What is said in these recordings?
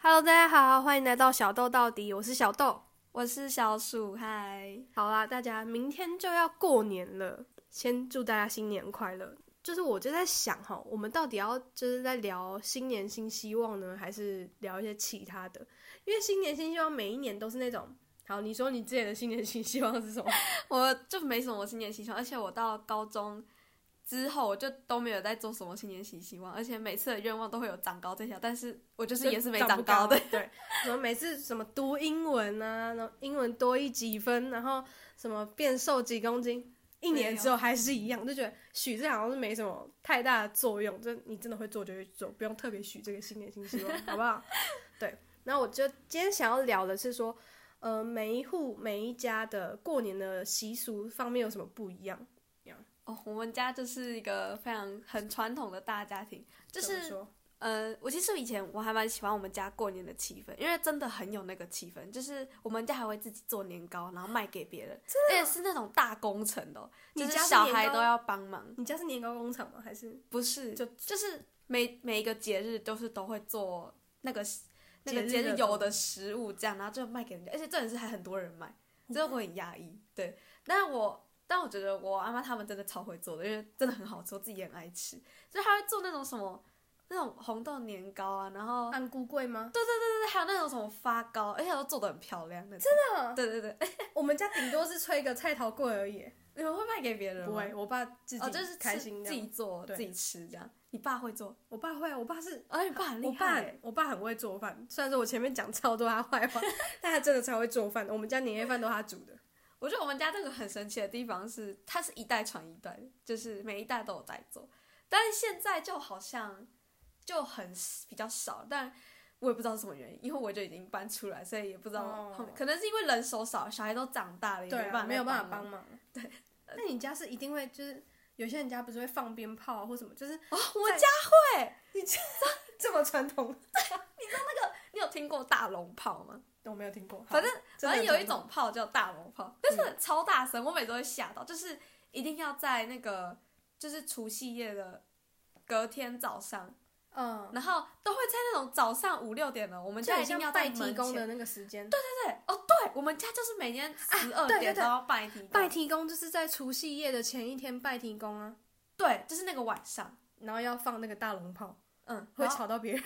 Hello，大家好，欢迎来到小豆到底，我是小豆。我是小鼠，嗨，好啦，大家明天就要过年了，先祝大家新年快乐。就是我就在想哈，我们到底要就是在聊新年新希望呢，还是聊一些其他的？因为新年新希望每一年都是那种，好，你说你之前的新年新希望是什么？我就没什么新年新希望，而且我到高中之后，我就都没有在做什么新年新希望，而且每次的愿望都会有长高这条，但是我就是也是没长高的。就不高，对，什么每次什么读英文啊，然后英文多一几分，然后什么变瘦几公斤，一年之后还是一样，就觉得许这好像是没什么太大的作用，就你真的会做就去做，不用特别许这个新年新希望，好不好？ 对，然后我就今天想要聊的是说，呃，每一户每一家的过年的习俗方面有什么不一样？ 哦，我们家就是一个非常很传统的大家庭，就怎么是说呃，我其实以前我还蛮喜欢我们家过年的气氛，因为真的很有那个气氛，就是我们家还会自己做年糕，然后卖给别人，而且是那种大工程的哦、你就是家是小年孩糕都要帮忙。你家是年糕工厂吗？还是不是，就就是每每一个节日都是都会做那个那个节节日的日有的食物这样，然后就卖给人家，而且这点是还很多人买，这我很压抑。对，但我但我觉得我阿妈他们真的超会做的，因为真的很好吃，我自己也很爱吃，就她会做那种什么那种红豆年糕啊，然后安菇贵吗？就是还有那种什么发糕，而且都做的很漂亮那种。真的，对对对，哎、我们家顶多是吹个菜头粿而已。你们会卖给别人吗？不会，我爸自己、哦，就是开吃心这自样己做对自己吃这样。你爸会做，我爸会，我爸是，而、且你爸很厉我害爸欸。我爸很会做饭。虽然说我前面讲超多他坏 话，但他真的超会做饭的。我们家年夜饭都他煮的，我觉得我们家这个很神奇的地方是，它是一代传一代的，就是每一代都有在做。但是现在就好像就很比较少，但我也不知道是什么原因，因为我就已经搬出来，所以也不知道哦后面、可能是因为人手少，小孩都长大了，也对没办啊，法没有办法帮帮忙。忙。对，那你家是一定会就是有些人家不是会放鞭炮啊或什么，就是哦，我在家会， 这么传统， 你有听过大龙炮吗？我没有听过。反正真的反很正有一传种炮叫大龙炮，但是超大声，我每次都会吓到，就是一定要在那个就是除夕夜的隔天早上。统，然后都会在那种早上五六点了，我们嗯，家就一定要像在拜门提公前的那个时间，对，对对哦，对，我们家就是每天十二啊对对点都对要拜提公拜提公就是在除夕夜的前一天拜提公啊，对，就是那个晚上，然后要放那个大龙炮，嗯，会 然后吵到 别人。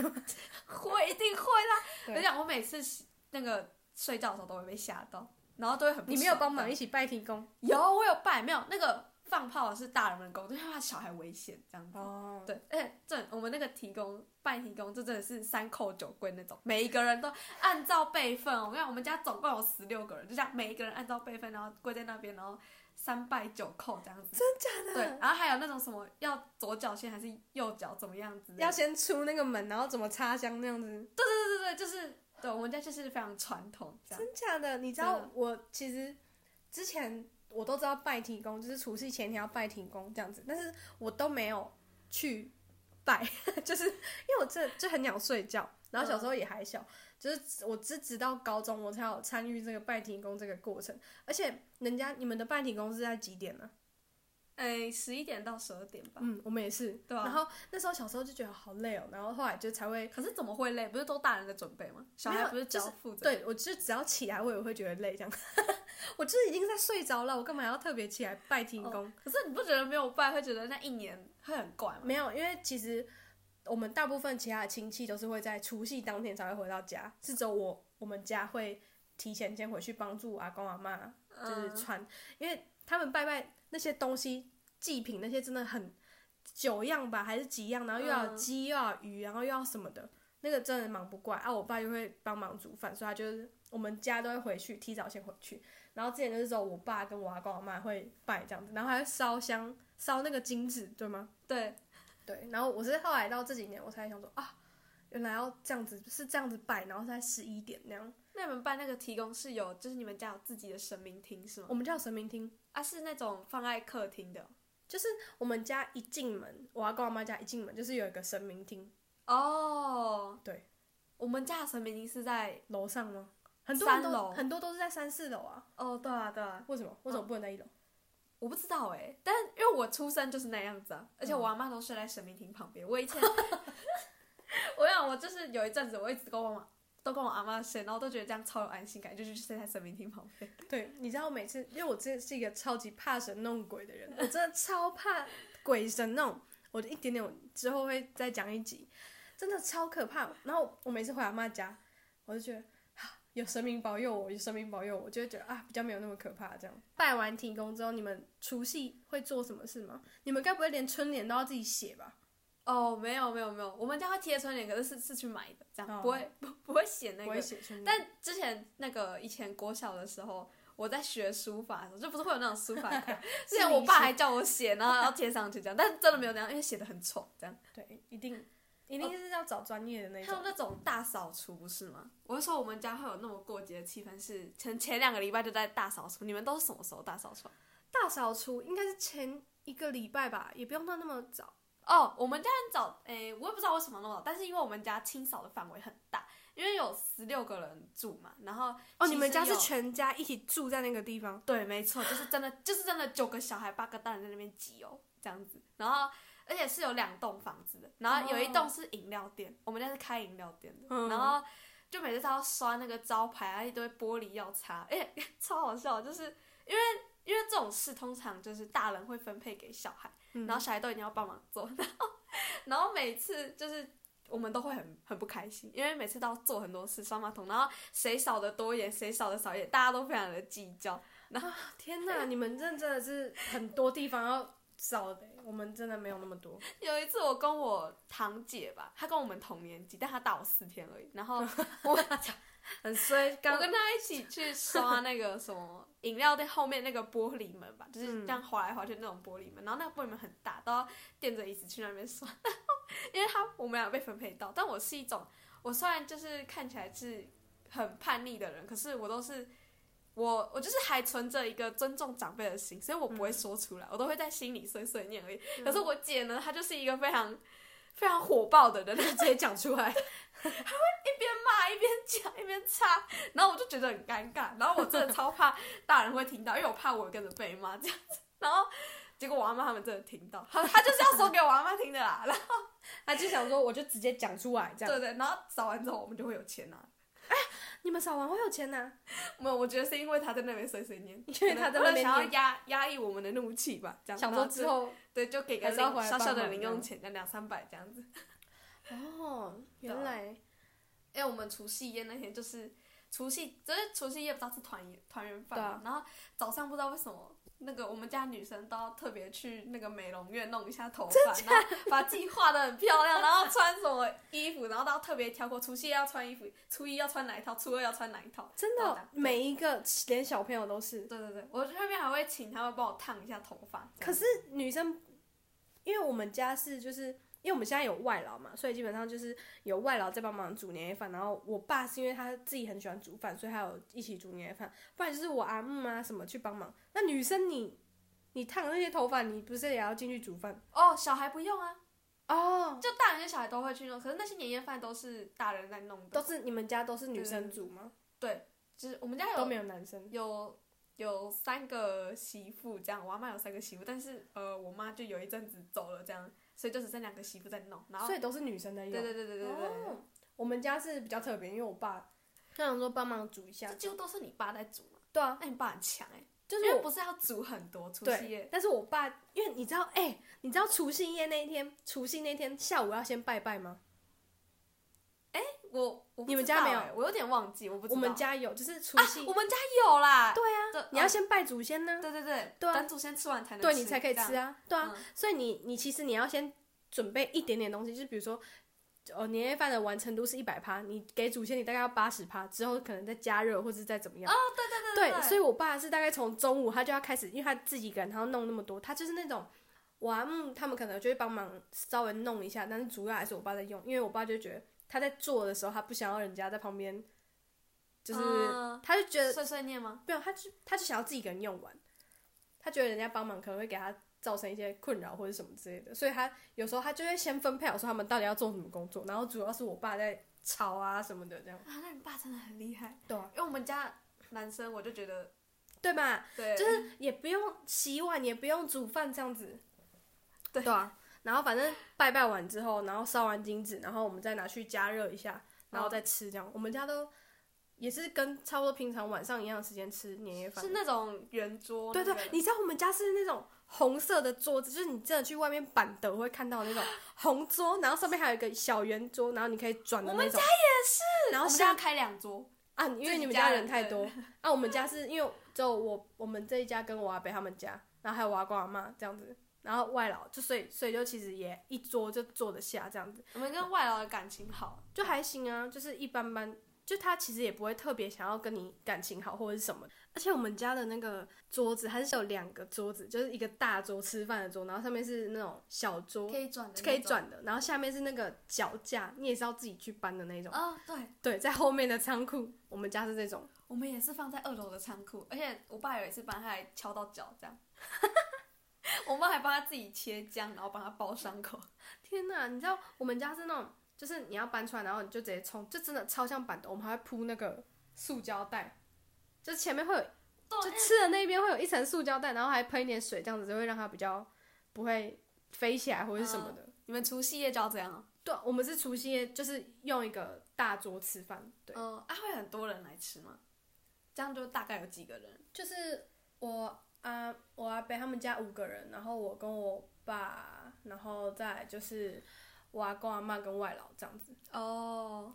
会一定会啦。对我讲我每次洗那个睡觉的时候都会被吓到，然后都会很不你没有爽帮忙这一样？起拜提公有，我有拜，没有那个放炮的是大人们的工作，因为怕小孩危险这样子。哦对，而且这我们那个提供拜提供，这真的是三叩九跪那种，每一个人都按照辈分哦。我跟你讲，我们家总共有十六个人，就这样每一个人按照辈分，然后跪在那边，然后三拜九叩这样子。真的假的？对，然后还有那种什么要左脚先还是右脚怎么样子？要先出那个门，然后怎么插香那样子，对对对，就是对，我们家就是非常传统这样。真假的？你知道真的我其实之前我都知道拜提公，就是除夕前天要拜提公这样子，但是我都没有去拜， 就是因为我这就很想睡觉，然后小时候也还小，就是我只直到高中我才有参与这个拜提公这个过程，而且人家你们的拜提公是在几点呢、哎，十一点到十二点吧。嗯，我们也是，对啊然后那时候小时候就觉得好累哦，然后后来就才会可是怎么会累？不是都大人的准备吗？小没孩有不是只就要是负责？对，我就只要起来，我也会觉得累，这样。 我就是已经在睡着了，我干嘛要特别起来拜天公？哦可是你不觉得没有拜会觉得那一年会很怪吗？没有，因为其实我们大部分其他的亲戚都是会在除夕当天才会回到家，是只有我我们家会提前先回去帮助阿公阿妈，就是嗯穿，因为他们拜拜那些东西祭品那些真的很九样吧，还是几样，然后又要有嗯鸡、又要有鱼，然后又要什么的，那个真的忙不过来啊。我爸就会帮忙煮饭，所以他就是我们家都会回去，提早先回去。然后之前就是说我爸跟我阿公阿妈会拜这样子，然后还会烧香烧那个金纸，对吗？对，对，然后我是后来到这几年我才想说啊，原来要这样子是这样子拜，然后在十一点那样。那你们办那个提供是有，就是你们家有自己的神明厅是吗我？们家有神明厅，啊，是那种放在客厅的就是我们家一进门，我阿公阿妈家一进门就是有一个神明厅，哦。对，我们家的神明厅是在楼上吗？很多人三都楼很多都是在三四楼啊，哦，对啊，对啊，为什么？为什么不能在一楼？我不知道哎、但因为我出生就是那样子啊，而且我阿妈都 睡在神明厅旁边。我以前，我想我就是有一阵子，我一直跟我妈都跟我阿妈生，然后都觉得这样超有安心感，就是睡在神明厅旁边。对，你知道我每次，因为我真的是一个超级怕神弄鬼的人，我真的超怕鬼神那种。我就一点点，我之后会再讲一集，真的超可怕。然后我每次回阿妈家，我就觉得啊，有神明保佑我，有神明保佑我，就会觉得啊，比较没有那么可怕。这样拜完提公之后，你们除夕会做什么事吗？你们该不会连春联都要自己写吧？哦，没有没有没有，我们家会贴春联，可是是是去买的，这样、哦不会 不不会写那我也个。写春联，但之前那个以前国小的时候，我在学书法的时候，就不是会有那种书法 卡，之前我爸还叫我写，然后要贴上去这样，但真的没有那样，因为写的很丑这样。对，哦一定一定是要找专业的那还有种。那种大扫除不是吗？我是说我们家会有那么过节的气氛，是前前两个礼拜就在大扫除。你们都是什么时候大扫除啊？大扫除应该是前一个礼拜吧，也不用到那么早。哦，我们家很早，诶、我也不知道为什么那么早，但是因为我们家清扫的范围很大，因为有十六个人住嘛，然后哦，其你们实家是有全家一起住在那个地方？对，没错，就是真的，就是真的九个小孩八个大人在那边挤哦，这样子，然后而且是有两栋房子的，然后有一栋是饮料店，我们家是开饮料店的，哦嗯然后就每次都要刷那个招牌啊，一堆玻璃要擦，哎、 超好笑，就是因为因为这种事通常就是大人会分配给小孩。嗯然后小孩都一定要帮忙做，然后然后每次就是我们都会很很不开心，因为每次都要做很多事，刷马桶，然后谁扫的多一点，谁扫的少一点，大家都非常的计较。天哪，你们这真的是很多地方要找的，我们真的没有那么 多。 有一次我跟我堂姐吧，她跟我们同年级，但她大我四天而已，然后我嗯很衰，我刚跟她一起去刷那个什么饮料店后面那个玻璃门吧，就是这样滑来滑去那种玻璃门，然后那个玻璃门很大，都要垫着椅子去那边刷。然后因为他我们俩被分配到，但我是一种，我虽然就是看起来是很叛逆的人，可是我都是我我就是还存着一个尊重长辈的心，所以我不会说出来，我都会在心里碎碎念而已。可是我姐呢，她就是一个非常。非常火爆的人，她直接讲出来，她会一边骂一边讲一边擦，然后我就觉得很尴尬，然后我真的超怕大人会听到，因为我怕我跟着被骂这样子。然后结果我阿妈他们真的听到，他他就是要说给我阿妈听的啦。然后他就想说，我就直接讲出来 这样。 对对，然后扫完之后我们就会有钱拿。你们扫完会有钱拿，没有，我觉得是因为他在那边碎碎念，因为他在那可能边想要念压压抑我们的怒气吧，这样想说之后后对就给个还是要零回来小小帮的忙零这样用钱，两三百这样子。哦，对原啊来因为我们除夕夜那天就是除夕，就是除夕夜不知道是团圆团圆饭啊嘛，然后早上不知道为什么那个我们家女生都要特别去那个美容院弄一下头发，然后把自己画的很漂亮，然后穿什么衣服，然后都要特别挑过除夕夜要穿衣服，初一要穿哪一套，初二要穿哪一套。真到达的哦每一个连小朋友都是，对对对，我这边还会请他们帮我烫一下头发。这样可是女生，因为我们家是就是因为我们现在有外劳嘛，所以基本上就是有外劳在帮忙煮年夜饭。然后我爸是因为他自己很喜欢煮饭，所以他有一起煮年夜饭。不然就是我阿姆啊什么去帮忙。那女生你你烫那些头发，你不是也要进去煮饭？哦，小孩不用啊，哦，就大人跟小孩都会去弄，可是那些年夜饭都是大人在弄都的，是你们家都是女生煮吗？就是我们家有都没有男生。有有三个媳妇这样，我阿妈有三个媳妇，但是呃，我妈就有一阵子走了这样，所以就只剩两个媳妇在弄。然哦后所以都是女生在对用。对对对对对对，哦，我们家是比较特别，因为我爸他想说帮忙煮一下这。几乎都是你爸在煮嘛。对啊，那你爸很强哎、就因是为我不是要煮很多除夕对夜，，但是我爸，因为你知道，哎、你知道除夕夜那一天，除夕那天下午要先拜拜吗？我我不你们知道家没有欸我有点忘记，我不知我道。们家有，就是除啊夕，，我们家有啦。对啊，对你要哦先拜祖先呢、对对对，对啊等祖先吃完才能对你才可以这样吃啊，对啊，嗯所以你你其实你要先准备一点点东西，就是比如说。哦，年夜饭的完成度是一百趴，你给祖先你大概要八十趴，之后可能再加热或者再怎么样。哦，对对对对，所以我爸是大概从中午他就要开始，因为他自己一个人，他要弄那么多，他就是那种我阿姆他们可能就会帮忙稍微弄一下，但是主要还是我爸在用，因为我爸就觉得他在做的时候，他不想要人家在旁边，就是、嗯他就觉得碎碎念吗？没有，他就他就想要自己一个人用完，他觉得人家帮忙可能会给他造成一些困扰或者什么之类的，所以他有时候他就会先分配好说他们到底要做什么工作，然后主要是我爸在吵啊什么的这样，啊，那你爸真的很厉害，对啊因为我们家男生我就觉得对吧？对，就是也不用洗碗，也不用煮饭这样子。对 啊啊，然后反正拜拜完之后，然后烧完金纸，然后我们再拿去加热一下，然后再吃这样。我们家都也是跟差不多平常晚上一样的时间吃年夜饭是。那种圆桌那对个，对，你知道我们家是那种红色的桌子，就是你真的去外面板凳会看到那种红桌，然后上面还有一个小圆桌，然后你可以转的那种。我们家也是。然我后们家下开两桌，啊，因为你们自己家家人人太 多啊，我们家是因为就我我们这一家跟我阿伯他们家，然后还有我阿公阿妈这样子，然后外老就所以所以就其实也一桌就坐得下这样子，我们跟外劳的感情好，就还行啊，就是一般般。就他其实也不会特别想要跟你感情好或者是什么，而且我们家的那个桌子还是有两个桌子，就是一个大桌吃饭的桌，然后上面是那种小桌可以转的，可以。转的，然后下面是那个脚架，你也是要自己去搬的那种。啊、对，对，在后面的仓库，我们家是这种。我们也是放在二楼的仓库，而且我爸有一次帮他还敲到脚这样， 我妈还帮他自己切姜，然后帮他包伤口。天呐，你知道我们家是那种，就是你要搬出来，然后你就直接冲，就真的超像板凳。我们还会铺那个塑胶袋，就是前面会有，就吃的那边会有一层塑胶袋，然后还喷一点水，这样子就会让它比较不会飞起来或者是什么的。你们除夕夜就要这样啊？对，我们是除夕夜，就是用一个大桌吃饭，对，嗯，啊会很多人来吃吗？这样就大概有几个人？就是我啊，我阿伯他们家五个人，然后我跟我爸，然后再来就是我阿公阿妈跟外老这样子。哦，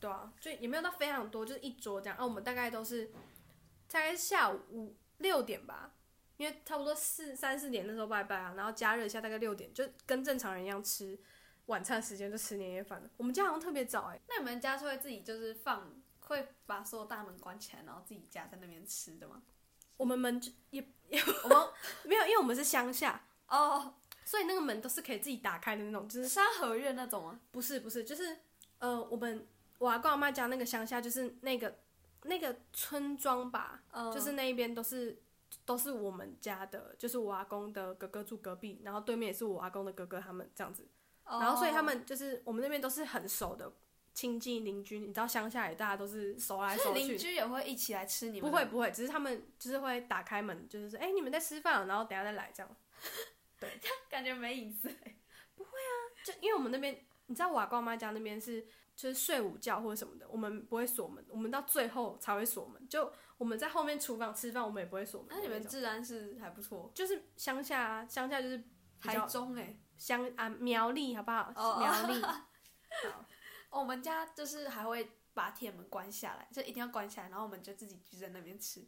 对啊，就也没有到非常多，就是一桌这样。啊，我们大概都是大概下午五六点吧，因为差不多四三四点那时候拜拜啊，然后加热一下，大概六点，就跟正常人一样吃晚餐的时间就吃年夜饭了。我们家好像特别早哎、那你们家是会自己就是放，会把所有大门关起来，然后自己家在那边吃的吗？我们门就也也我们 没有，因为我们是乡下，哦，所以那个门都是可以自己打开的那种，就是三合院那种啊？不是不是，就是呃，我们我阿公阿妈家那个乡下，就是那个那个村庄吧，嗯，就是那一边都是都是我们家的，就是我阿公的哥哥住隔壁，然后对面也是我阿公的哥哥他们这样子，哦然后所以他们就是我们那边都是很熟的亲近邻居，你知道乡下也大家都是熟来所熟以邻去。居也会一起来吃你们不的会不会，只是他们就是会打开门，就是说，哎、你们在吃饭哦，然后等一下再来这样。感觉没隐私。就因为我们那边，你知道我阿公阿妈家那边是就是睡午觉或者什么的，我们不会锁门，我们到最后才会锁门。就我们在后面厨房吃饭，我们也不会锁门的那那你种。们治安是还不错，就是乡下啊，乡下就是比台较中哎、乡啊苗栗好不好？哦苗 栗，我们家就是还会把铁门关下来，就一定要关下来，然后我们就自己聚在那边吃，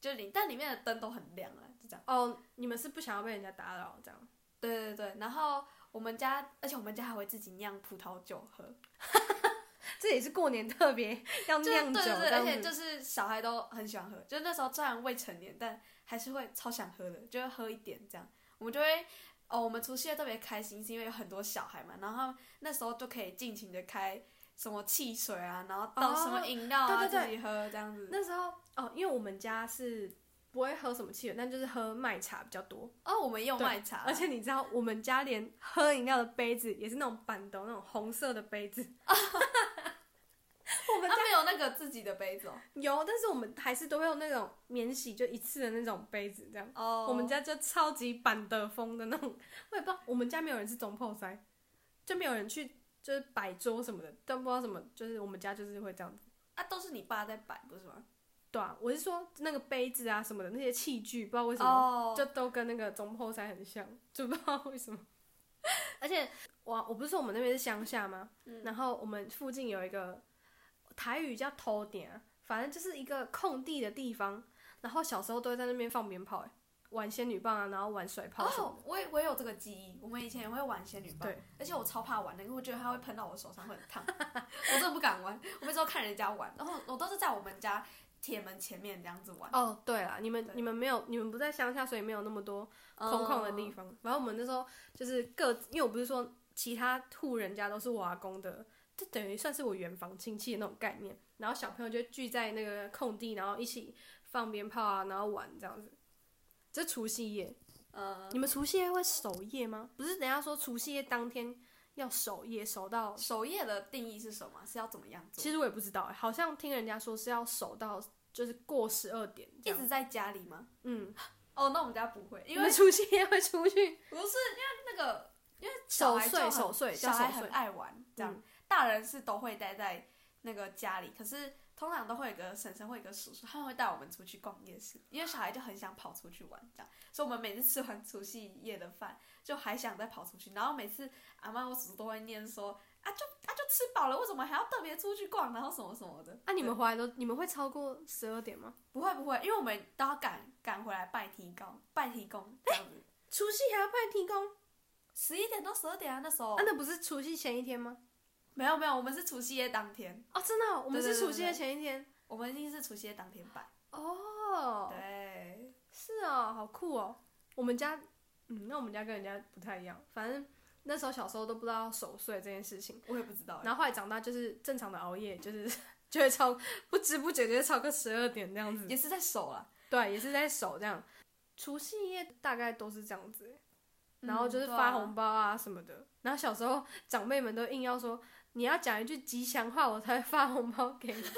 就里但里面的灯都很亮啊，就这样。哦，你们是不想要被人家打扰这样？对对对，然后我们家，而且我们家还会自己酿葡萄酒喝，这也是过年特别要就是酿酒对对对，这而样且子。就是小孩都很喜欢喝，就那时候虽然未成年，但还是会超想喝的，就会喝一点这样，我们就会。哦，我们除夕夜特别开心，是因为有很多小孩嘛，然后那时候就可以尽情的开什么汽水啊，然后倒哦什么饮料啊，对对对自己喝这样子。那时候哦，因为我们家是不会喝什么汽水，但就是喝麦茶比较多。哦，我们也有对卖茶，而且你知道，我们家连喝饮料的杯子也是那种板豆那种红色的杯子。我们他们有那个自己的杯子哦。有，但是我们还是都会用那种免洗就一次的那种杯子这样。哦我们家就超级板德风的那种， 我也不知道，我们家没有人是中破塞，就没有人去就是摆桌什么的，但不知道什么，就是我们家就是会这样子。啊，都是你爸在摆，不是吗？对啊，我是说那个杯子啊什么的那些器具，不知道为什么、哦就都跟那个中破塞很像，就不知道为什 么。而且我我不是说我们那边是乡下吗？嗯然后我们附近有一个台语叫偷点啊，反正就是一个空地的地方，然后小时候都会在那边放鞭炮、欸，玩仙女棒啊，然后玩甩炮什么的。哦，我也我也有这个记忆，我们以前也会玩仙女棒，对，而且我超怕玩的，因为我觉得它会喷到我手上，会很烫， 我真的不敢玩。 我每次都看人家玩，然后我都是在我们家铁门前面这样子玩，哦，对啦，你们对你们没有，你们不在乡下，所以没有那么多哦空旷的地嗯。方。然后我们那时候就是各，因为我不是说其他户人家都是我阿公的，这等于算是我远房亲戚的那种概念。然后小朋友就聚在那个空地，然后一起放鞭炮啊，然后玩这样子。这除夕夜，嗯，你们除夕夜会守夜吗？不是，人家说除夕夜当天要守夜，守到……呃守夜的定义是什么？是要怎么样做？其实我也不知道、欸，好像听人家说是要守到就是过十二点这一样。直在家里吗？嗯，哦，那我们家不会，因因为为除夕夜会出去不是因为那个，因为小守孩就岁很守岁叫小孩守很岁，爱玩这样。嗯大人是都会待在那个家里，可是通常都会有一个婶婶或一个叔叔，他们会带我们出去逛夜市，因为小孩就很想跑出去玩这样，所以我们每次吃完除夕夜的饭，就还想再跑出去，然后每次阿妈我叔叔都会念说啊就啊就吃饱了，为什么还要特别出去逛，然后什么什么的。那、啊你们回来都你们会超过十二点吗？不会不会，因为我们都要赶赶回来拜提高拜提公这样子，除夕还要拜天公？十一点到十二点啊那时候啊，那不是除夕前一天吗？没有没有，我们是除夕夜当天，哦，真的哦、我们对对是对除夕的前一天。我们一定是除夕夜当天拜。哦，对，是哦，好酷哦。我们家，嗯，那我们家跟人家不太一样，反正那时候小时候都不知道守岁这件事情，我也不知道欸。然后后来长大就是正常的熬夜，就是 就会超不知不觉就会超过十二点这样子。也是在手啊啦，对，啊也是在守这样。除夕夜大概都是这样子欸，嗯然后就是发红包。包啊什么的。然后小时候长辈们都硬要说你要讲一句吉祥话，我才会发红包给你。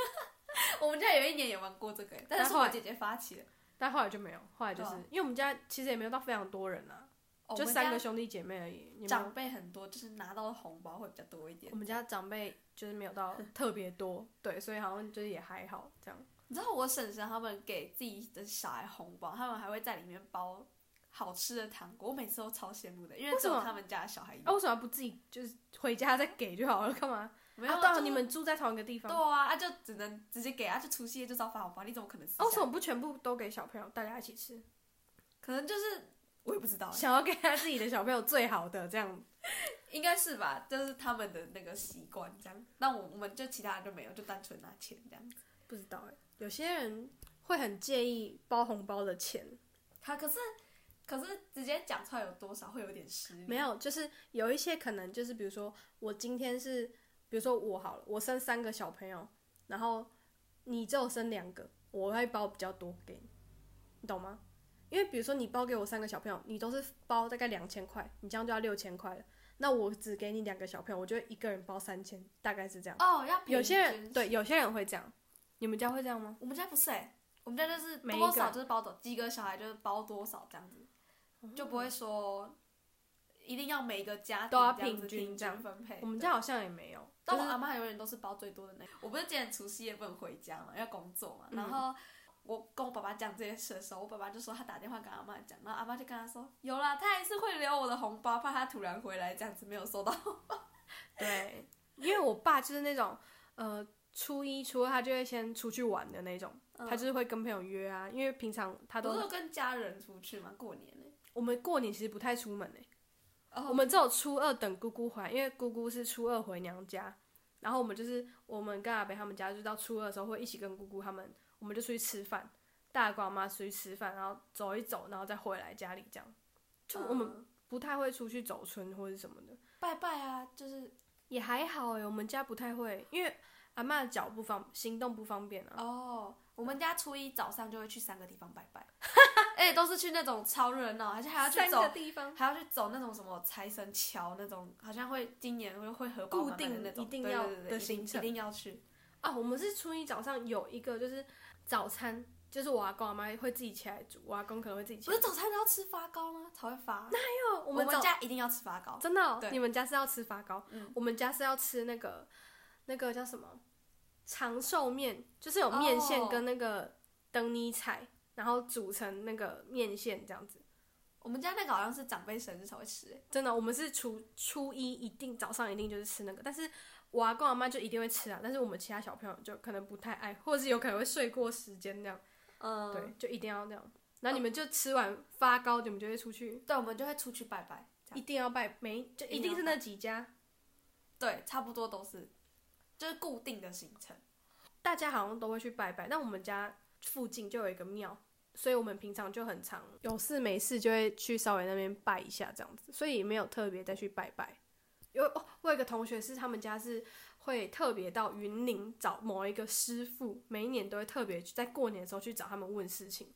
我们家有一年也玩过这个欸，但但是是后我来姐姐发起的。但后来就没有，后来就是、对啊因为我们家其实也没有到非常多人啊，哦就我们三个家兄弟姐妹而已。你长们辈很多，就是拿到的红包会比较多一点我。们家长辈就是没有到特别多，对，所以好像就是也还好这样。你知道我婶婶他们给自己的小孩红包，他们还会在里面包好吃的糖果，我每次都超羡慕的，因为哦为只什有么他们家的小孩有。啊，为什么不自己就是回家再给就好了？干嘛？没有，啊，对啊就是你们住在同一个地对方，啊，啊就只能直接给啊，就除夕夜就知道发红包，哦你怎么可能吃啊，为下什么不全部都给小朋友，大家一起吃？可能就是我也不知道欸，想要给他自己的小朋友最好的这样。应该是吧，就是他们的那个习惯这样。那我我们就其他人就没有，就单纯拿钱这样子。不知道哎、有些人会很介意包红包的钱，他可是可是直接讲出来有多少会有点失礼。没有，就是有一些可能就是比如说我今天是，比如说我好了，我生三个小朋友，然后你只有生两个，我会包比较多给你，你懂吗？因为比如说你包给我三个小朋友，你都是包大概两千块，你这样就要六千块了。那我只给你两个小朋友，我就一个人包三千，大概是这样。哦，要有些平人均对，有些人会这样，你们家会这样吗？我们家不是哎、我们家就是每一多个少就是包多几个小孩就是包多少这样子，哦就不会说一定要每一个家庭都要这样子平均平这样均分配。我们家好像也没有，但就我是阿妈永远都是包最多的那个。我不是今年除夕夜不能回家嘛，要工作嘛。嗯然后我跟我爸爸讲这件事的时候，我爸爸就说他打电话跟阿妈讲，然后阿妈就跟他说有啦，他还是会留我的红包，怕他突然回来这样子没有收到。对，因为我爸就是那种，呃，初一初二他就会先出去玩的那种，嗯他就是会跟朋友约啊，因为平常他他都都是跟家人出去嘛，过年呢、我们过年其实不太出门诶、欸然后我们只有初二等姑姑回来，因为姑姑是初二回娘家，然后我们就是我们跟阿北他们家就到初二的时候会一起跟姑姑他们，我们就出去吃饭，带阿公阿妈出去吃饭，然后走一走，然后再回来家里这样，就我们嗯不太会出去走村或者什么的。拜拜啊，就是也还好哎、我们家不太会，因为阿妈脚不方，行动不方便啊。哦，我们家初一早上就会去三个地方拜 拜，而且都是去那种超热闹，而且还要去走，地方还要去走那种什么财神桥那种，好像会今年会会合包固满满的定那种，一定对要对对对的一定行程一定要去。啊。我们是初一早上有一个就是早餐，就是我阿公阿妈会自己起来煮，我阿公可能会自己起不来是煮。早餐要吃发糕吗？才会发。没有，我我们早家一定要吃发糕，真的哦、对你们家是要吃发糕，嗯我们家是要吃那个那个叫什么长寿面，就是有面线哦跟那个灯泥菜，然后煮成那个面线这样子。我们家那个好像是长辈生日才会吃、欸真的，我们是初初一一定早上一定就是吃那个，但是我阿公阿妈就一定会吃啊，但是我们其他小朋友就可能不太爱，或者是有可能会睡过时间这样，嗯，对，就一定要这样。然后你们就吃完发糕，你们就会出去，对，我们就会出去拜拜，这一样定要拜每就一一定定要是那几家，对，差不多都是，就是固定的行程。大家好像都会去拜拜。但我们家附近就有一个庙，所以我们平常就很常有事没事就会去稍微那边拜一下这样子，所以也没有特别再去拜拜。有哦，我有一个同学是他们家是会特别到云林找某一个师傅，每一年都会特别去在过年的时候去找他们问事情，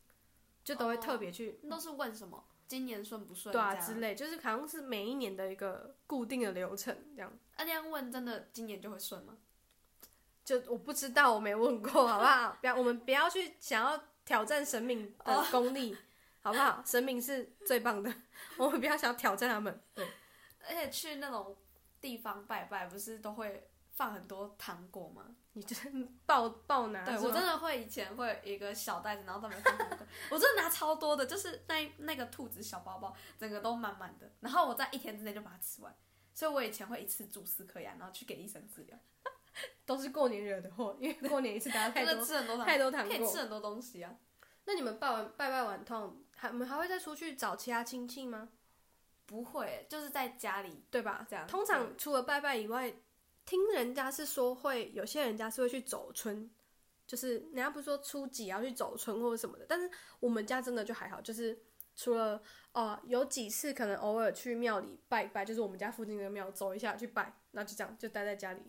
就都会哦特别去、都是问什么？今年顺不顺？对啊这样之类，就是好像是每一年的一个固定的流程这样。啊那那样问真的今年就会顺吗？就我不知道，我没问过，好不好？不要，我们不要去想要挑战神明的功力，好不好？神明是最棒的， 我们不要想挑战他们。对，而且去那种地方拜拜，不是都会放很多糖果嘛。你就是爆爆拿，对是吗我真的会以前会有一个小袋子，然后上面放糖果，我真的拿超多的，就是那一那个兔子小包包，整个都满满的，然后我在一天之内就把它吃完。所以我以前会一次煮四颗牙，然后去给医生治疗，都是过年惹的祸，因为过年一次大家太 真的多吃很多糖太多糖可以吃果。很多东西啊。那你们拜完拜拜完痛，还我们还会再出去找其他亲戚吗？不会，就是在家里对吧？这样通常除了拜拜以外，听人家是说会有些人家是会去走村，就是人家不是说初几要去走村或者什么的，但是我们家真的就还好，就是除了呃有几次可能偶尔去庙里拜一拜，就是我们家附近的庙走一下去拜，那就这样就待在家里，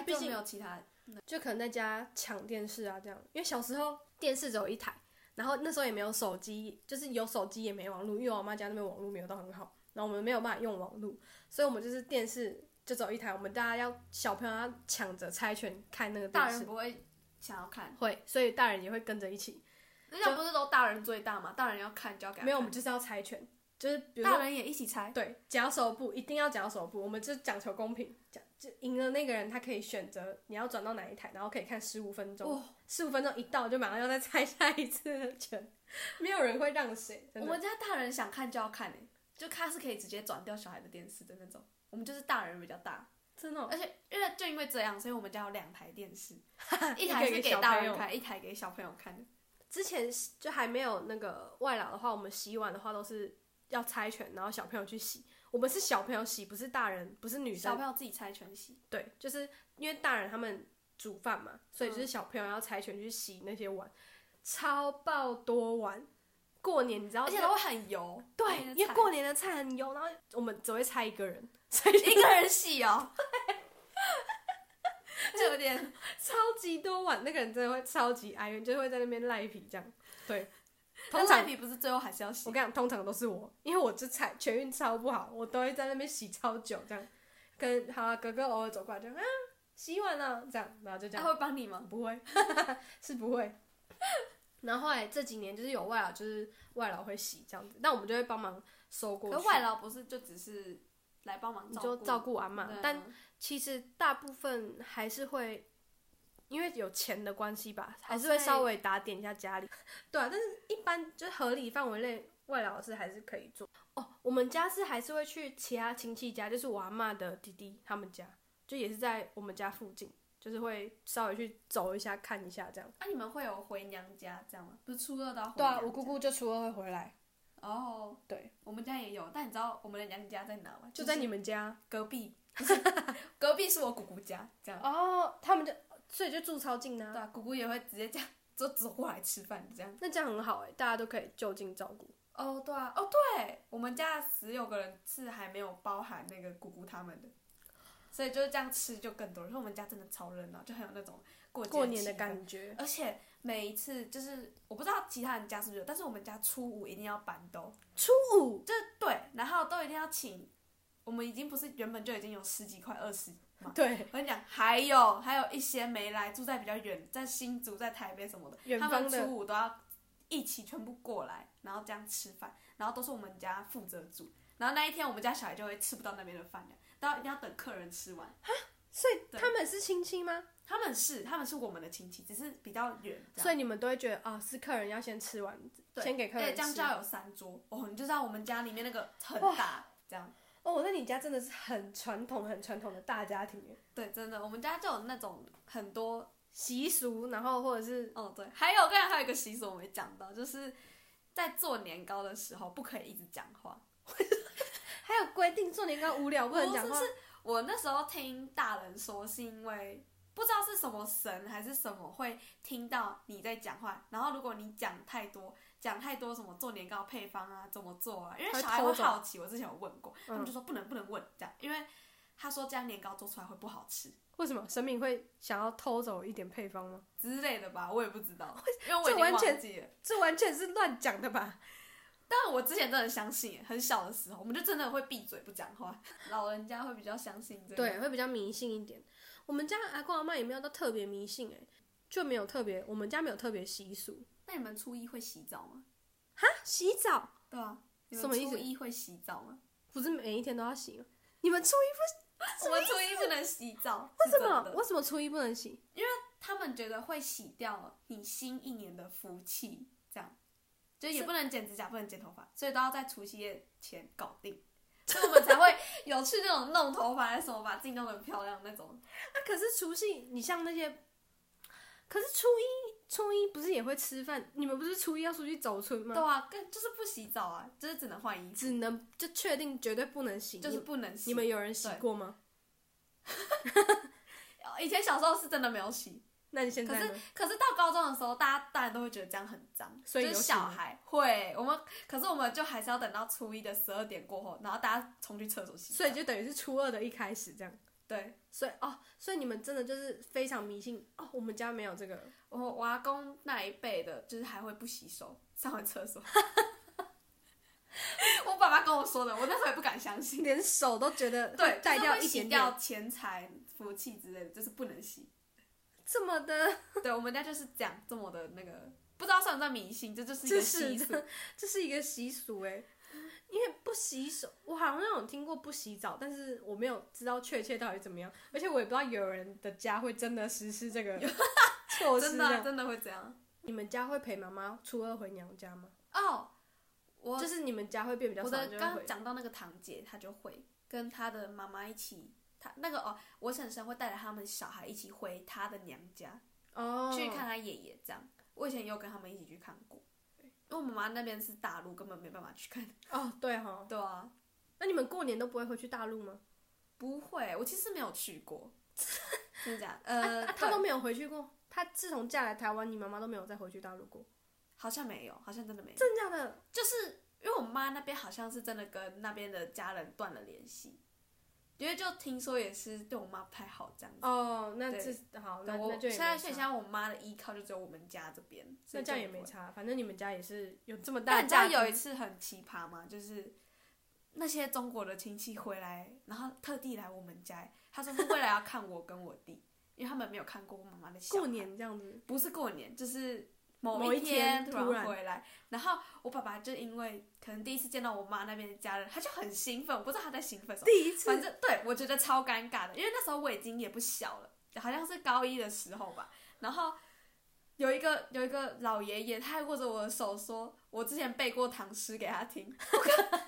因为毕就竟没有其他就可能在家抢电视啊这样，因为小时候电视只有一台，然后那时候也没有手机，就是有手机也没网络，因为我妈家那边网络没有到很好，然后我们没有办法用网络，所以我们就是电视就只有一台，我们大家要小朋友要抢着猜拳看那个大电人视，不会想要看，会，所以大人也会跟着一起，人家不是都大人最大嘛，大人要看就要给他没有我看们就是要猜拳，就是比如说大人也一起猜，对，脚手部一定要脚手部，我们就讲求公平，讲就赢了那个人他可以选择你要转到哪一台，然后可以看十五分钟哇，十五、分钟一到就马上要再猜下一次的拳， 没有人会让谁。真我的们家大人想看就要看诶、就他是可以直接转掉小孩的电视的那种。我们就是大人比较大，真的哦、而且因为就因为这样，所以我们家有两台电视，一一台个给是给小大朋人友看，一台给小朋友看的。之前就还没有那个外劳的话，我们洗碗的话都是要猜拳，然后小朋友去洗。我们是小朋友洗，不是大人，不是女小生。朋友自己猜拳洗，对，就是因为大人他们煮饭嘛，所以嗯就是小朋友要猜拳去洗那些碗，超爆多碗。过年你知道，而且都会很油。对，因为过年的菜很油，然后我们只会猜一个人，所以一个人洗哦， 就有点超级多碗，那个人真的会超级哀怨，就会在那边赖皮这样。对，通但赖常皮不是最后还是要洗我跟你讲，通常都是我，因为我这踩全运超不好，我都会在那边洗超久这样。跟好啊，哥哥偶尔走过来就啊洗碗了、这样，然后就这他样。会帮你吗？不 会，是不会。然后后来这几年就是有外劳，就是外劳会洗这样子，那我们就会帮忙收过可去。外劳不是就只是来帮忙你就照顾啊阿嘛啊妈，，但其实大部分还是会，因为有钱的关系吧，还是会稍微打点一下家里。哦 对啊，但是一般就是合理范围内，外劳是还是可以做。哦，我们家是还是会去其他亲戚家，就是我阿妈的弟弟他们家，就也是在我们家附近，就是会稍微去走一下看一下这样。那、啊你们会有回娘家这样吗？不是初二到回对啊，娘我姑姑就初二会回来，家。哦，对，我们家也有，但你知道我们的娘家在哪吗？就在是你们家隔壁，不是隔壁是我姑姑家，这样。哦，他们就所以就住超近对啊，啊，姑姑也会直接这样，就走过来吃饭这样。那这样很好哎、大家都可以就近照顾。哦，对啊，哦对，我们家十六个人是还没有包含那个姑姑他们的，所以就是这样吃就更多了。所以我们家真的超热闹，就很有那种过节过年的气氛感觉，而且每一次就是我不知道其他人家是不是有，但是我们家初五一定要板豆，初五就是对，然后都一定要请。我们已经不是原本就已经有十几块、二十嘛。对。我跟你讲，还有还有一些没来，住在比较远，在新竹、在台北什么的，远他方们的初五都要一起全部过来，然后这样吃饭，然后都是我们家负责煮。然后那一天我们家小孩就会吃不到那边的饭了，到一定要等客人吃完。 所以对他们是亲戚吗？他们是他们是我们的亲戚，只是比较远这样。所以你们都会觉得啊、是客人要先吃完，先给客对，人这样吃就。要有三桌哦，你就知道我们家里面那个很大，这样哦，那你家真的是很传统、很传统的大家庭欸耶对，真的，我们家就有那种很多习俗，然后或者是哦，对，还有刚才还有一个习俗我没讲到，就是在做年糕的时候不可以一直讲话。 还有规定做年糕无聊不能讲话，是我那时候听大人说，是因为不知道是什么神还是什么会听到你在讲话，然后如果你讲太多，讲太多什么做年糕配方啊，怎么做啊，因为他会小孩会偷走好奇，我之前有问过，他们嗯就说不能不能问这样，因为他说这样年糕做出来会不好吃为什么神明会想要偷走一点配方吗？之类的吧，我也不知道，因为我已这经完全忘记了。这完全是乱讲的吧？但我之前真的相信，很小的时候我们就真的会闭嘴不讲话， 老人家会比较相信这个。对，会比较迷信一点。我们家阿公阿妈也没有到特别迷信哎，就没有特别，我们家没有特别习俗。那你们初一会洗澡吗？哈，洗澡对啊，你什么意们思 初一会洗澡吗？不是每一天都要洗吗？你们初一不我们初一不能洗澡， 为什是真么的为什么初一不能洗？他们觉得会洗掉你新一年的福气，这样，就也不能剪指甲，不能剪头发，所以都要在除夕夜前搞 定，所以我们才会有去那种弄头发还是什么，把自己弄得很漂亮那种。啊，可是除夕你像那些，可是初一初一不是也会吃饭？你们不是初一要出去走村对吗？啊，跟就是不洗澡啊，就是只能换衣服，只能就确定绝对不能洗，就是不能洗。你们有人洗对过吗？哦以前小时候是真的没有洗，那你现在呢？可是到高中的时候，大家当然都会觉得这样很脏，所以就是有洗小吗孩会我们，可是我们就还是要等到初一的十二点过后，然后大家冲去厕所洗澡。所以就等于是初二的一开始这样。对，所以哦，所以你们真的就是非常迷信哦。我们家没有这个，我我阿公那一辈的，就是还会不洗手，上完厕所。 我爸爸跟我说的，我那时候也不敢相 信。连手都觉得对，带就是掉会一洗点点，掉钱财、福气之类的，就是不能洗。 这么的， 对我们家就是这样，这么的那个，不知道算不算迷信，这就是一这个是习俗。的，这是一个习俗哎。因为不洗手，我好像有听过不洗澡，但是我没有知道确切到底怎么样，而且我也不知道有人的家会真的实施这个 措施这真的样。真的会这样你们家会陪妈妈初二回娘家吗？哦。我就是你们家会变比较我少的人就刚会刚回，讲到那个堂姐，她就会跟她的妈妈一起，她那个哦，我婶婶会带着他们小孩一起回她的娘家。哦，去看他爷爷这样。我以前也有跟他们一起去看过，因为我妈妈那边是大陆，根本没办法去看。哦，对哈。对啊，那你们过年都不会回去大陆吗？不会，我其实没有去过，真的假的？啊呃，啊她都对没有回去过。她自从嫁来台湾，你妈妈都没有再回去大陆过，好像没有，好像真的没有，真的假的？就是因为我妈那边好像是真的跟那边的家人断了联系。因为就听说也是对我妈不太好这样子，哦，那对这好，对那我那就现也在没所以现差在我妈的依靠就只有我们家这边，那所以这样就也不没会差，反正你们家也是有这么大但的你知道家庭。有一次很奇葩吗？就是那些中国的亲戚回来，然后特地来我们家，欸他说是为了要看我跟我弟，因为他们没有看过我妈妈的小孩过，年这样子，不是过年，就是某某一天突突然然回来。然后我爸爸就因为可能第一次见到我妈那边的家人，他就很兴奋，我不知道他在兴奋什么。第一反正对我觉得超尴尬的，因为那时候我已经也不小了，好像是高一的时候吧。然后有一个有一个老爷爷，他还握着我的手说，我之前背过唐诗给他听。 我靠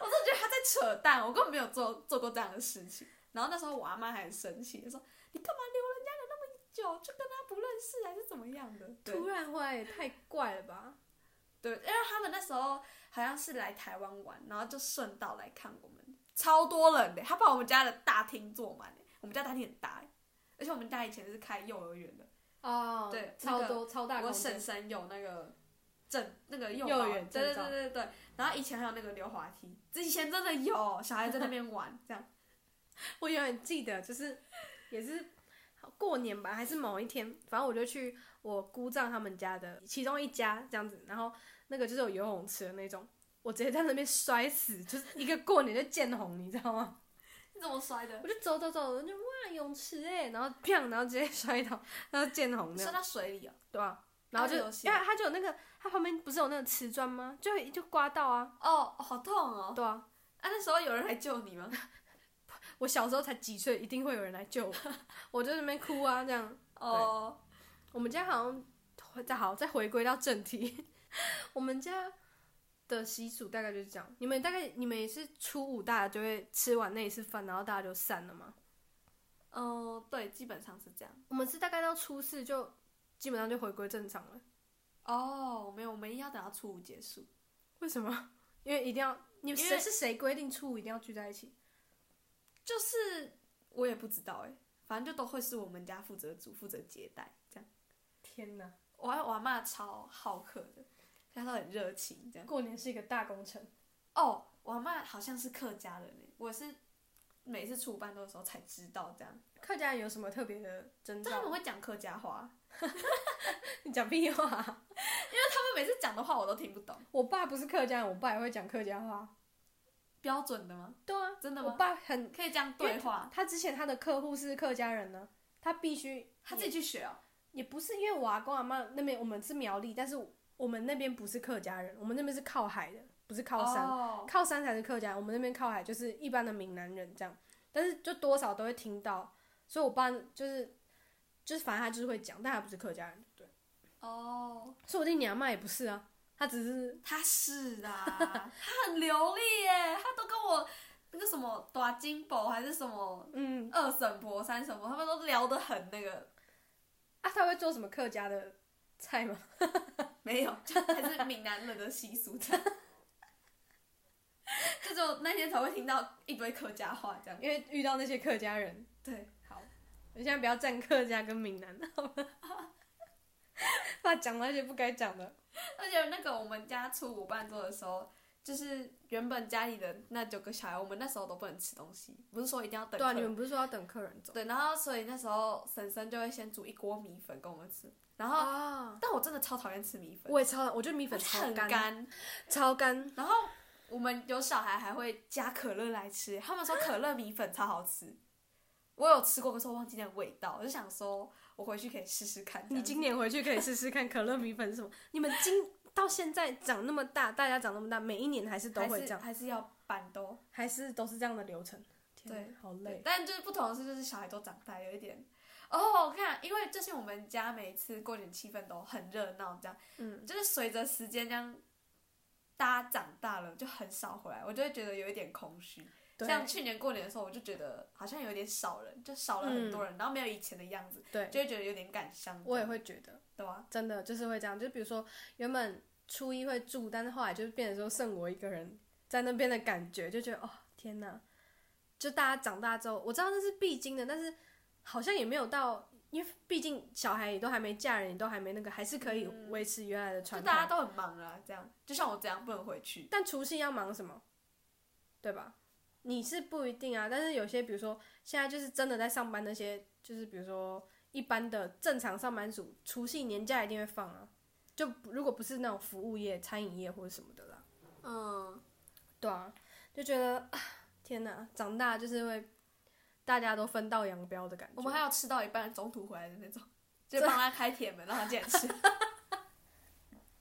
我真的觉得他在扯淡，我根本没有做做过这样的事情。然后那时候我阿妈还很生气，她说你干嘛留人家的那么久，就跟他不认识还是怎么样的？对突然回来也太怪了吧？对，因为他们那时候好像是来台湾玩，然后就顺道来看我们，超多人的，他把我们家的大厅坐满的，我们家大厅很大耶，而且我们家以前是开幼儿园的，哦对那超个多超大我空间婶婶有那个证那个幼幼保儿园对对证照对对对，然后以前还有那个溜滑梯，以前真的有小孩在那边玩这样，我永远记得，就是也是过年吧，还是某一天，反正我就去我姑丈他们家的其中一家这样子，然后那个就是有游泳池的那种，我直接在那边摔死，就是一个过年就见红，你知道吗？你怎么摔的？我就走走走，我就哇泳池哎，然后砰，然后直接摔倒，然后见红那摔样，到水里哦、对吧、然后就，啊因有为血它就有那个，它旁边不是有那个瓷砖吗？就就刮到啊，哦，好痛哦！对啊。啊，那时候有人来救你吗？我小时候才几岁，一定会有人来 救我，我就在那边哭啊，这样。哦，我们家好像回再好再回归到正题， 我们家的习俗大概就是这样。你们大概你们也是初五大家就会吃完那一次饭，然后大家就散了吗？嗯，对，基本上是这样。我们是大概到初四就基本上就回归正常了。哦，没有，我们一定要等到初五结束。为什么？ 因为一定要你因谁为是谁规定初五一定要聚在一起？就是我也不知道哎，反正就都会是我们家负责煮、负责接待这样。天哪，我阿我阿妈超好客的，她都很热情这样。过年是一个大工程。哦，我阿妈好像是客家人哎，我是每次初五办桌的时候才知道这样。客家人有什么特别的征但他们兆？会讲客家话， 你讲屁话！他们每次讲的话我都听不懂。我爸不是客家人，我爸也会讲客家话。标准的吗？对啊，真的我吗？爸很可以这样对话？他之前他的客户是客家人呢，他必须他自己去学哦。也不是因为我阿公阿妈那边我们是苗栗，但是我们那边不是客家人，我们那边是靠海的，不是靠山，哦靠山才是客家，我们那边靠海就是一般的闽南人这样，但是就多少都会听到，所以我爸就是就是反正他就是会讲，但他不是客家人，对，哦，说不定你阿妈也不是啊，他只是他是啊， 他很流利耶，他都跟我那个什么短金宝还是什么嗯二婶婆、三婶婆，他们都聊得很那个，啊，他会做什么客家的菜吗？没有，就还是闽南人的习俗这样。 就只有那天才会听到一堆客家话这样。因为遇到那些客家人，对，好，我现在不要站客家跟闽南好了，怕讲那些不该讲的，而且那个我们家初五办桌的时候，就是原本家里的那九个小孩，我们那时候都不能吃东西，不是说一定要等对啊，客你人们不是说要等客人走？对，然后所以那时候婶婶就会先煮一锅米粉给我们吃，然后、啊，但我真的超讨厌吃米粉，我也超，我觉得米粉我觉得超很干，干，超干，然后我们有小孩还会加可乐来吃，他们说可乐米粉超好吃，我有吃过，可是我忘记那个味道，我就想说我回去可以试试看。这你样子今年回去可以试试看可乐米粉是什么。你们今到现在长那么大，大家长那么大，每一年还是都会这样，还是还是要板豆，还是都是这样的流程。天哪对，好对，累。但就是不同的是，就是小孩都长大，有一点。哦，我看，因为就是我们家每一次过年气氛都很热闹，这样，嗯，就是随着时间这样，大家长大了就很少回来，我就会觉得有一点空虚。对像去年过年的时候，我就觉得好像有点少人，就少了很多人，然后没有以前的样子，对，就会觉得有点感伤。我也，会觉得对吧、真的就是会这样。就比如说原本初一会住，但是后来就变成说剩我一个人在那边的感觉，就觉得哦天哪！就大家长大之后，我知道那是必经的，但是好像也没有到。因为毕竟小孩也都还没嫁人，也都还没那个，还是可以嗯维持原来的就传统。大家都很忙啦，这样，就像我这样不能回去。但除夕要忙什么？对吧？你是不一定啊，但是有些比如说现在就是真的在上班那些，就是比如说一般的正常上班族，除夕年假一定会放啊。就如果不是那种服务业、餐饮业或者什么的啦，嗯，对啊，就觉得啊天哪，长大就是会大家都分道扬镳的感觉。我们还有吃到一半中途回来的那种，就帮他开铁门让他进来吃。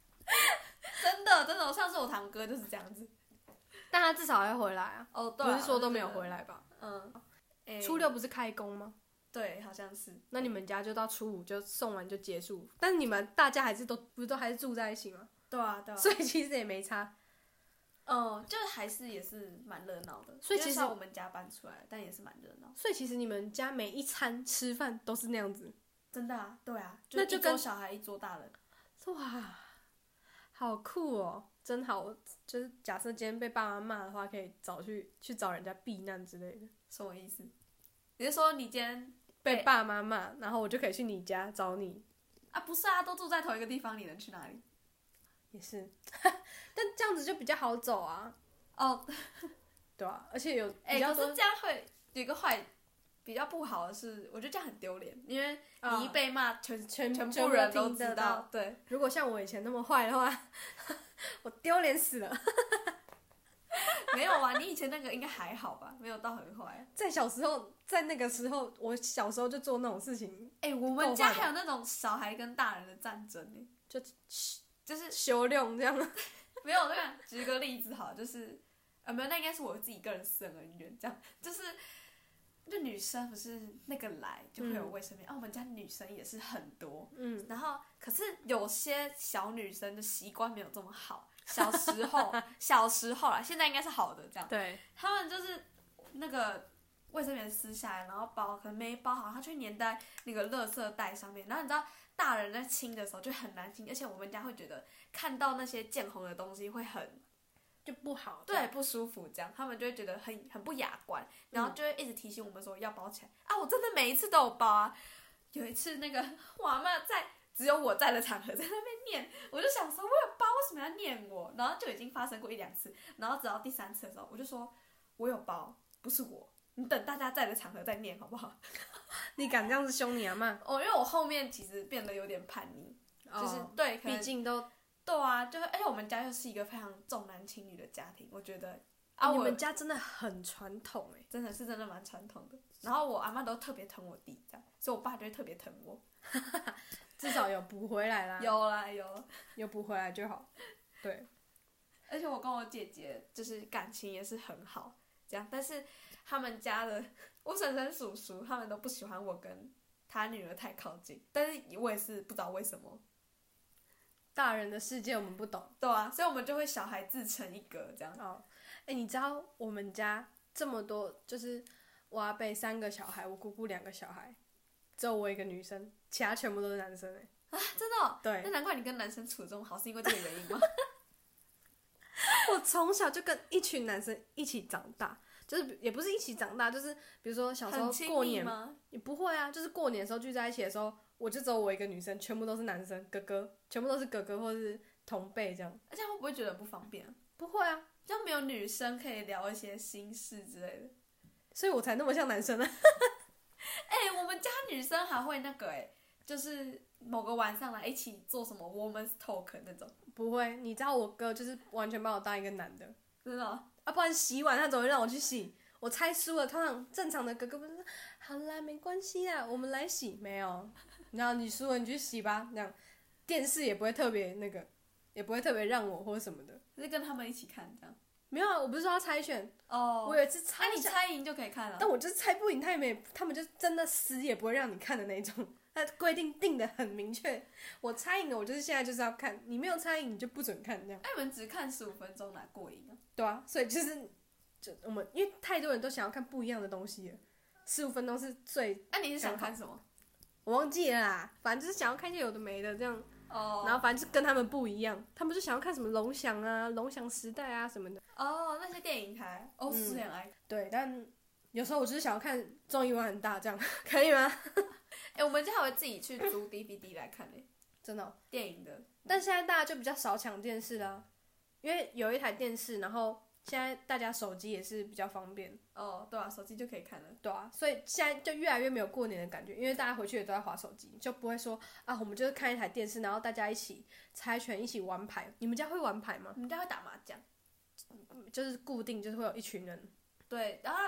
真的真的，我上次我堂哥就是这样子。但他至少还会回来啊，哦，对、不啊，是说都没有回来。来吧？嗯，诶初六不是开工吗？对，好像是。那你们家就到初五就送完就结束，但是你们大家还是都不是都还是住在一起吗？对啊，对啊。所以其实也没差。嗯，就还是也是蛮热闹的。所以其实就算我们家搬出来，但也是蛮热闹。所以其实你们家每一餐吃饭都是那样子，真的啊，对啊，那就一跟桌小孩一桌大人。哇，好酷哦，真好！我就是假设今天被爸妈骂的话，可以找去去找人家避难之类的。什么意思？你是说你今天被对爸妈骂，然后我就可以去你家找你，啊？不是啊，都住在同一个地方，你能去哪里？也是。 但这样子就比较好走啊，哦，对啊，而且有哎、比较可多、是这样会有一个坏，比较不好的是，我觉得这样很丢脸，因为啊你一被骂，全全全全部部人都听知得到道，对，如果像我以前那么坏的话， 我丢脸死了。没有啊，你以前那个应该还好吧，没有到很坏。在小时候，在那个时候，我小时候就做那种事情， 哎、我够们坏家吧还有那种小孩跟大人的战争呢、就就是修炼这样。 没有那个，举个例子好，就是呃，没有，那应该是我自己个人私人恩怨，这样就是。就女生不是那个来就会有嗯卫生棉、啊，我们家女生也是很多，嗯，然后，可是有些小女生的习惯没有这么好。小时候，小时候啊，现在应该是好的这样。对，他们就是那个卫生棉撕下来，然后包可能没包好，它就会粘在那个垃圾袋上面。然后你知道，大人在清的时候就很难清，而且我们家会觉得看到那些见红的东西会很就不好。对，不舒服，这样他们就会觉得很很不雅观，然后嗯就会一直提醒我们说要包起来、啊！我真的每一次都有包啊。有一次那个我阿妈在只有我在的场合在那边念，我就想说我有包，为什么要念我？然后就已经发生过一两次，然后直到第三次的时候，我就说我有包，不是我。你等大家在的场合再念好不好？ 你敢这样子凶你阿妈？哦，因为我后面其实变得有点叛逆，哦就是对，可毕能竟都对啊，就是而且我们家又是一个非常重男轻女的家庭，我觉得啊，啊，你我们家真的很传统哎、真的是真的蛮传统的。然后我阿妈都特别疼我弟，这样，所以我爸就会特别疼我。 至少有补回来啦，有啦有啦，有补回来就好。对，而且我跟我姐姐就是感情也是很好，这样，但是他们家的我婶婶叔叔他们都不喜欢我跟他女儿太靠近，但是我也是不知道为什么，大人的世界我们不懂对啊，所以我们就会小孩自成一格这样，哦。哎、你知道我们家这么多，就是我阿伯三个小孩，我姑姑两个小孩，只有我一个女生，其他全部都是男生哎、真的哦、对那难怪你跟男生处得这么好，是因为这个原因吗？我从小就跟一群男生一起长大，就是也不是一起长大，就是比如说小时候很亲过密 年吗？也不会啊，就是过年的时候聚在一起的时候，我就只有我一个女生，全部都是男生，哥哥，全部都是哥哥或是同辈这样。而且会不会觉得不方便啊？不会啊，就没有女生可以聊一些心事之类的。所以我才那么像男生啊。 哎、我们家女生还会那个哎、就是某个晚上来一起做什么 woman's talk 那种，不会，你知道我哥就是完全把我当一个男的真的哦。啊，不然洗碗他总会让我去洗。我猜输了，通常正常的哥哥不是说好啦，没关系啦，我们来洗，没有，然后你输了你去洗吧，那样电视也不会特别那个，也不会特别让我或什么的。就是跟他们一起看这样。没有啊，我不是说要猜拳，哦我有一次那、猜你拳猜赢就可以看了。但我就是猜不赢，他也没，他们就真的死也不会让你看的那种。 他规定定的很明确，我猜赢了，我就是现在就是要看，你没有猜赢你就不准看这样。哎、你们只看十五分钟哪过瘾啊？对啊，所以就是就我们因为太多人都想要看不一样的东西了，十五分钟是最那、啊你是想看什么？我忘记了啦，反正就是想要看一些有的没的这样，哦然后反正就跟他们不一样，他们就想要看什么龙翔啊、龙翔时代啊什么的。哦，那些电影台哦，嗯是很爱。对，但有时候我就是想要看综艺玩很大这样， 可以吗？哎、我们家还会自己去 租 DVD 来看嘞、真的哦、电影的。但现在大家就比较少抢电视啦、因为有一台电视，然后现在大家手机也是比较方便，哦，对啊，手机就可以看了。对啊，所以现在就越来越没有过年的感觉，因为大家回去也都在划手机，就不会说啊，我们就是看一台电视，然后大家一起猜拳，一起玩牌。你们家会玩牌吗我？们家会打麻将，就是固定就是会有一群人，对，然后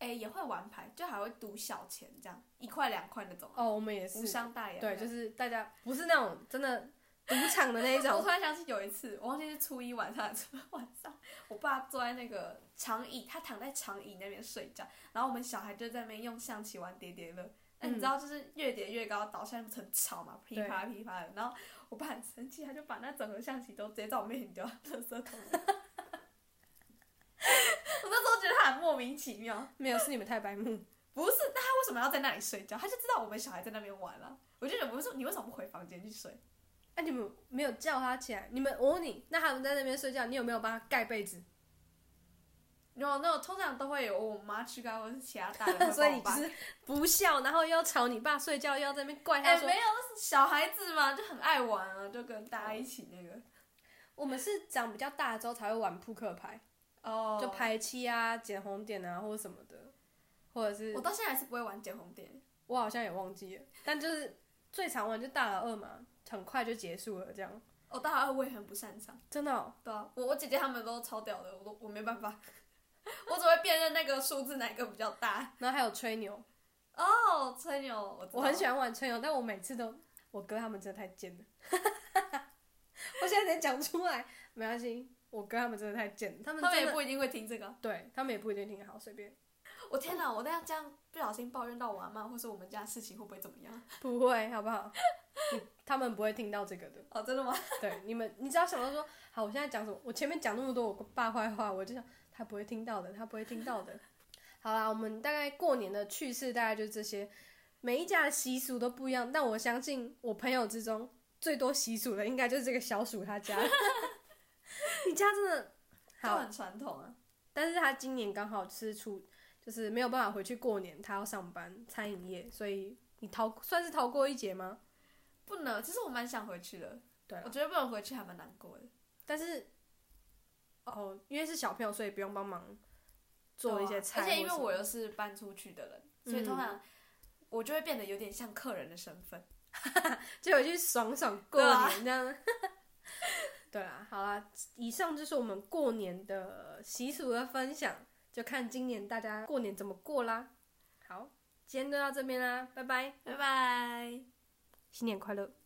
哎、也会玩牌，就还会赌小钱这样，一块两块那种。啊哦，我们也无是，伤大雅。。对，就是是大家不是那种真的赌场的那一 我种突，然想起有一次，我忘记是初一晚上还是初二晚上，我爸坐在那个长椅，他躺在长椅那边睡觉，然后我们小孩就在那边用象棋玩叠叠乐。那你知道，就是越叠越高，倒下很吵嘛，噼嗯对啪噼啪的。然后我爸很生气，他就把那整盒象棋都直接在我面前丢到垃圾桶里。 我那时候觉得他很莫名其妙，没有是你们太白目，不是，那他为什么要在那里睡觉？他就知道我们小孩在那边玩了、我就觉得，我说你为什么不回房间去睡？哎、你们没有叫他起来，你们我问你，那他们在那边睡觉，你有没有帮他盖被子？然后那种通常都会有哦我妈去干，或是其他大人会 所以帮你就我是爸不孝，然后又要吵你爸睡觉，又要在那边怪哎、他说、没有，那是小孩子嘛，就很爱玩啊，就跟大家一起那个我们是长比较大了之后才会玩扑克牌，哦就。排七啊、捡红点啊或者什么的，或者是我我到现在还是不会玩捡红点，好像也忘记了，但就是最常玩就大老二嘛，很快就结束了这样。我大二我也很不擅长。真的、哦，对啊啊，我我姐姐她们都超屌的，我都我没办法， 我只会辨认那个数字哪一个比较大。然后还有吹牛，哦，吹牛，我知道我很喜欢玩吹牛，但我每次都我哥他们真的太贱了， 我现在才讲出来，没关系，我哥他们真的太贱了，他们他们真也的不一定会听这个。对他们也不一定听得好，随便。我天哪，我那样这样不小心抱怨到我阿妈或是我们家的事情，会不会怎么样？ 不会，好不好？你他们不会听到这个的。哦，真的吗？对，你们，你只要想到说，好，我现在讲什么？我前面讲那么多我爸坏话，我就想他不会听到的，他不会听到的。好啦，我们大概过年的趣事大概就这些，每一家的习俗都不一样，但我相信我朋友之中最多习俗的应该就是这个小鼠他家。 你家真的就好，很传统啊。但是他今年刚好是出，就是没有办法回去过年，他要上班餐饮业，所以你逃算是逃过一劫吗？不能，其实我蛮想回去的。对啊我觉得不能回去还蛮难过的。但是，哦，因为是小朋友，所以不用帮忙做对一啊些菜而或什么、嗯且因为我又是搬出去的人，所以通常我就会变得有点像客人的身份。就有去爽爽过对啊年这样。 对啦，好啦，以上就是我们过年的习俗的分享，就看今年大家过年怎么过啦。好，今天就到这边啦，拜拜，拜拜。新年快乐。